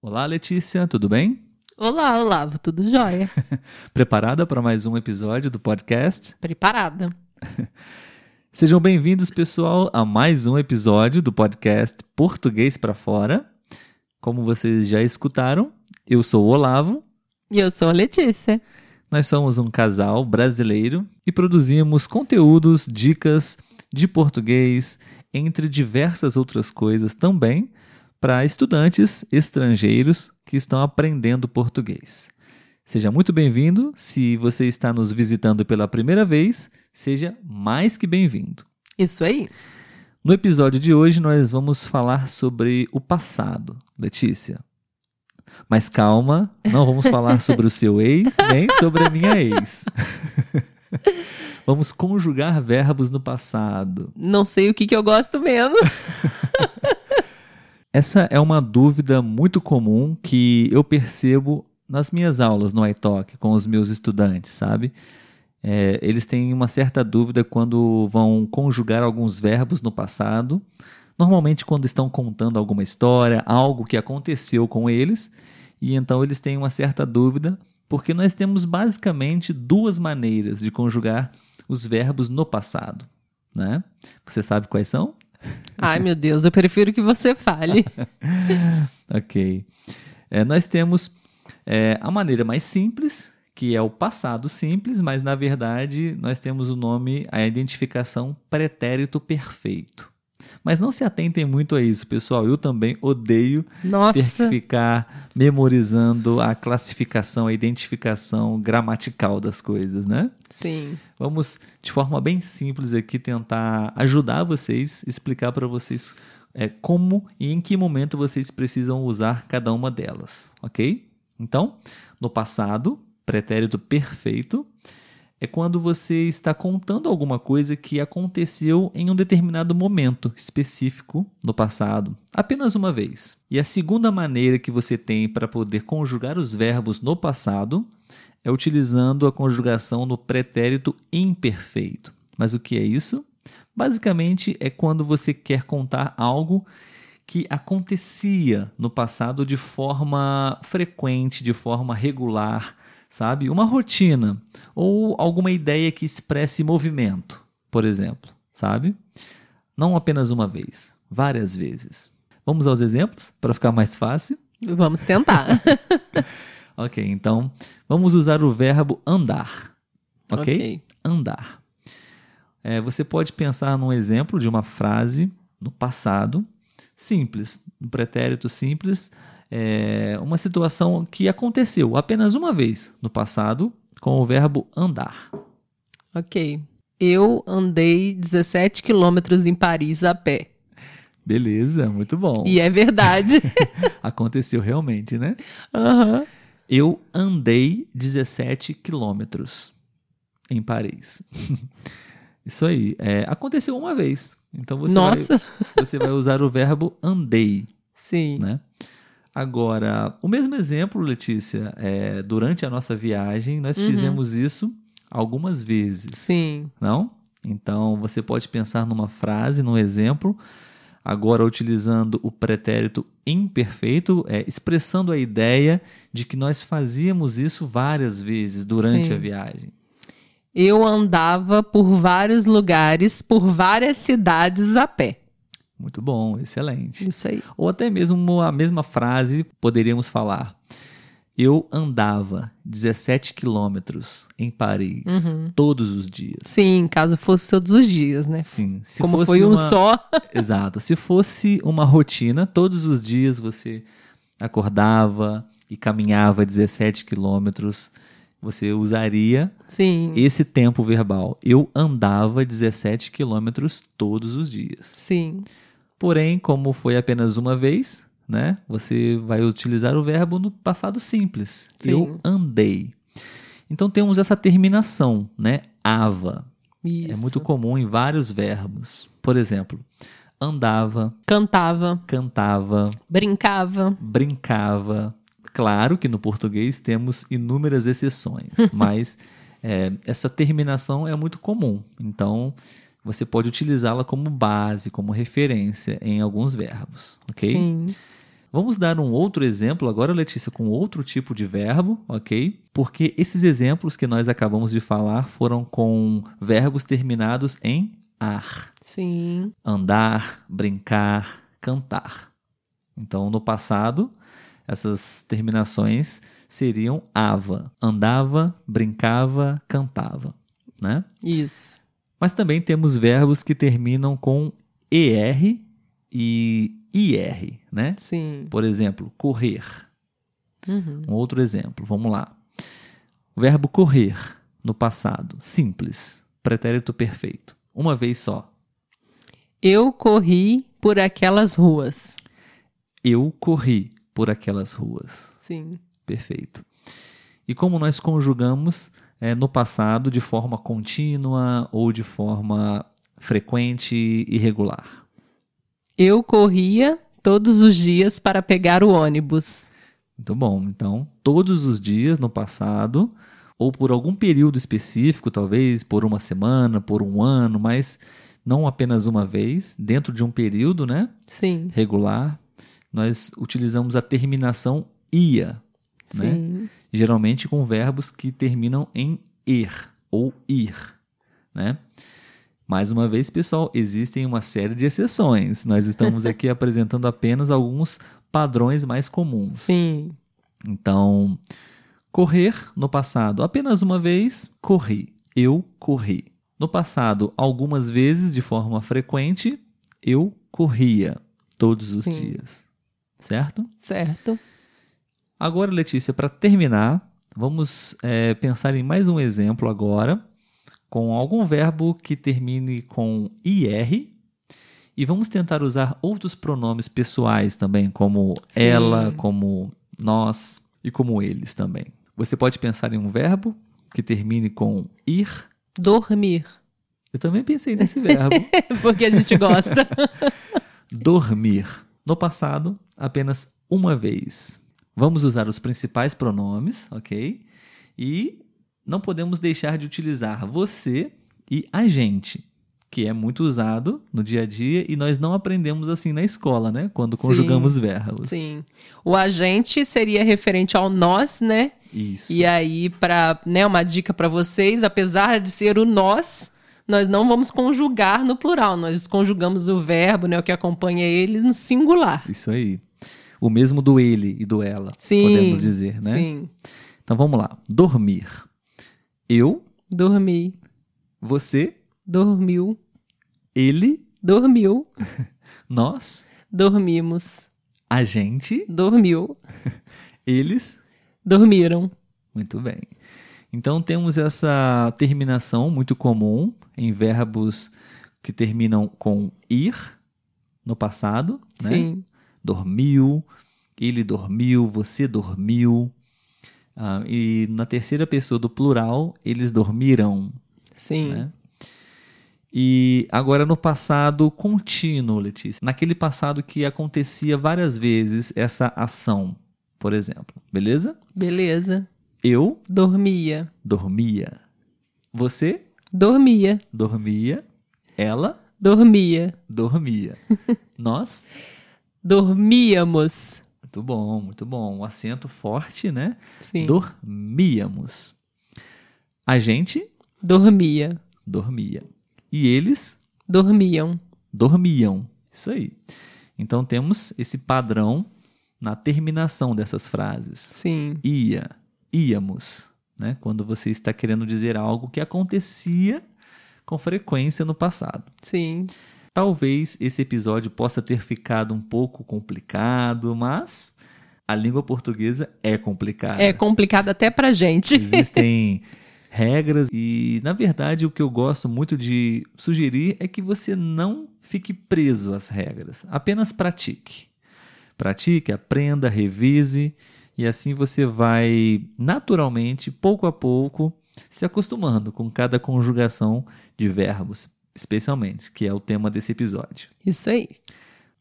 Olá, Letícia, tudo bem? Olá, Olavo, tudo jóia? Preparada para mais um episódio do podcast? Preparada? Sejam bem-vindos, pessoal, a mais um episódio do podcast Português para Fora. Como vocês já escutaram, eu sou o Olavo. E eu sou a Letícia. Nós somos um casal brasileiro e produzimos conteúdos, dicas de português, entre diversas outras coisas também, para estudantes estrangeiros que estão aprendendo português. Seja muito bem-vindo. Se você está nos visitando pela primeira vez, seja mais que bem-vindo. Isso aí. No episódio de hoje, nós vamos falar sobre o passado, Letícia. Mas calma, não vamos falar sobre o seu ex, nem sobre a minha ex. vamos conjugar verbos no passado. Não sei o que, que eu gosto menos. Essa é uma dúvida muito comum que eu percebo nas minhas aulas no iTalk com os meus estudantes, sabe? É, eles têm uma certa dúvida quando vão conjugar alguns verbos no passado, normalmente quando estão contando alguma história, algo que aconteceu com eles, e então eles têm uma certa dúvida porque nós temos basicamente duas maneiras de conjugar os verbos no passado, né? Você sabe quais são? Ai, meu Deus, eu prefiro que você fale. Ok. É, nós temos é, a maneira mais simples, que é o passado simples, mas na verdade nós temos o nome, a identificação pretérito perfeito. Mas não se atentem muito a isso, pessoal. Eu também odeio ter que Nossa, ficar memorizando a classificação, a identificação gramatical das coisas, né? sim. Vamos, de forma bem simples aqui, tentar ajudar vocês, explicar para vocês é, como e em que momento vocês precisam usar cada uma delas, ok? Então, no passado, pretérito perfeito é quando você está contando alguma coisa que aconteceu em um determinado momento específico no passado, apenas uma vez. E a segunda maneira que você tem para poder conjugar os verbos no passado é utilizando a conjugação no pretérito imperfeito. Mas o que é isso? Basicamente é quando você quer contar algo que acontecia no passado de forma frequente, de forma regular, sabe? Uma rotina ou alguma ideia que expresse movimento, por exemplo, sabe? Não apenas uma vez, várias vezes. Vamos aos exemplos para ficar mais fácil? Vamos tentar. Ok, então vamos usar o verbo andar. Ok? Ok. Andar. É, você pode pensar num exemplo de uma frase no passado, simples, um pretérito simples, é, uma situação que aconteceu apenas uma vez no passado com o verbo andar. Ok. Eu andei 17 quilômetros em Paris a pé. Beleza, muito bom. E é verdade. Aconteceu realmente, né? Aham. Eu andei 17 quilômetros em Paris. Isso aí. é, aconteceu uma vez. Então você vai- Nossa, você vai usar o verbo andei, sim. né? Agora, o mesmo exemplo, Letícia, é, durante a nossa viagem, nós Uhum. fizemos isso algumas vezes, Sim. não? Então, você pode pensar numa frase, num exemplo, agora utilizando o pretérito imperfeito, é, expressando a ideia de que nós fazíamos isso várias vezes durante Sim. a viagem. Eu andava por vários lugares, por várias cidades a pé. Muito bom, excelente. Isso aí. Ou até mesmo a mesma frase poderíamos falar. Eu andava 17 quilômetros em Paris Uhum. todos os dias. Sim, caso fosse todos os dias, né? Sim, se Como fosse foi um uma... só. Exato. Se fosse uma rotina, todos os dias você acordava e caminhava 17 quilômetros, você usaria Sim. esse tempo verbal. Eu andava 17 quilômetros todos os dias. Sim. Porém, como foi apenas uma vez, né? Você vai utilizar o verbo no passado simples. Sim. Eu andei. Então temos essa terminação, né? Ava. Isso. É muito comum em vários verbos. Por exemplo, andava, Cantava, cantava, brincava. brincava. Claro que no português temos inúmeras exceções, mas é, essa terminação é muito comum. Então você pode utilizá-la como base, como referência em alguns verbos, ok? Sim. Vamos dar um outro exemplo agora, Letícia, com outro tipo de verbo, ok? Porque esses exemplos que nós acabamos de falar foram com verbos terminados em ar: Sim. andar, brincar, cantar. Então, no passado, essas terminações seriam ava: andava, brincava, cantava, né? Isso. Mas também temos verbos que terminam com er e ir, né? Sim. Por exemplo, correr. Uhum. Um outro exemplo, vamos lá. O verbo correr no passado, simples, pretérito perfeito, uma vez só. Eu corri por aquelas ruas. Eu corri por aquelas ruas, Sim. perfeito. E como nós conjugamos eh, no passado de forma contínua ou de forma frequente e regular? Eu corria todos os dias para pegar o ônibus. Muito bom. Então, todos os dias no passado, ou por algum período específico, talvez por uma semana, por um ano, mas não apenas uma vez, dentro de um período né, Sim. regular, nós utilizamos a terminação ia, né? Sim. geralmente com verbos que terminam em er ou ir. Né? Mais uma vez, pessoal, existem uma série de exceções. Nós estamos aqui apresentando apenas alguns padrões mais comuns. Sim. Então, correr no passado apenas uma vez, corri. Eu corri. No passado, algumas vezes, de forma frequente, eu corria todos os Sim. dias. Certo? Certo. Agora, Letícia, para terminar, vamos eh, pensar em mais um exemplo agora, com algum verbo que termine com ir. E vamos tentar usar outros pronomes pessoais também, como Sim. ela, como nós e como eles também. Você pode pensar em um verbo que termine com ir. Dormir. Eu também pensei nesse verbo. Porque a gente gosta. dormir. No passado, apenas uma vez. Vamos usar os principais pronomes, ok? E não podemos deixar de utilizar você e a gente, que é muito usado no dia a dia e nós não aprendemos assim na escola, né? Quando conjugamos verbos. Sim. O agente seria referente ao nós, né? Isso. E aí, para né, uma dica para vocês, apesar de ser o nós, nós não vamos conjugar no plural. Nós conjugamos o verbo, né, o que acompanha ele, no singular. Isso aí. O mesmo do ele e do ela, Sim, podemos dizer, né? Sim. Então vamos lá. Dormir. Eu, Dormi, você, dormiu, ele, dormiu, nós, dormimos, a gente, dormiu, eles, dormiram. Muito bem. Então temos essa terminação muito comum em verbos que terminam com ir no passado, né? Sim. Dormiu, ele dormiu, você dormiu. Ah, e na terceira pessoa do plural, eles dormiram. Sim. Né? E agora no passado contínuo, Letícia. Naquele passado que acontecia várias vezes essa ação, por exemplo. Beleza? Beleza. Eu Dormia, dormia. Você dormia, dormia. Ela dormia, dormia. Nós, dormíamos. muito bom, muito bom. Um acento forte, né? Sim. Dormíamos. A gente Dormia, dormia. E eles dormiam. dormiam. Isso aí. Então temos esse padrão na terminação dessas frases. Sim. Ia, íamos, né? Quando você está querendo dizer algo que acontecia com frequência no passado. Sim. Talvez esse episódio possa ter ficado um pouco complicado, mas a língua portuguesa é complicada. É complicado até pra gente. Existem regras e, na verdade, o que eu gosto muito de sugerir é que você não fique preso às regras, apenas pratique. Pratique, aprenda, revise e assim você vai naturalmente, pouco a pouco, se acostumando com cada conjugação de verbos, especialmente, que é o tema desse episódio. Isso aí.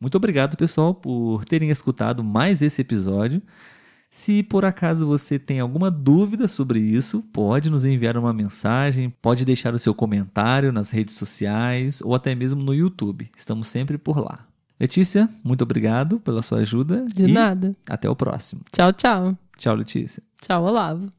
Muito obrigado, pessoal, por terem escutado mais esse episódio. Se por acaso você tem alguma dúvida sobre isso, pode nos enviar uma mensagem, pode deixar o seu comentário nas redes sociais ou até mesmo no YouTube. Estamos sempre por lá. Letícia, muito obrigado pela sua ajuda. De e nada. Até o próximo. Tchau, tchau. Tchau, Letícia. Tchau, Olavo.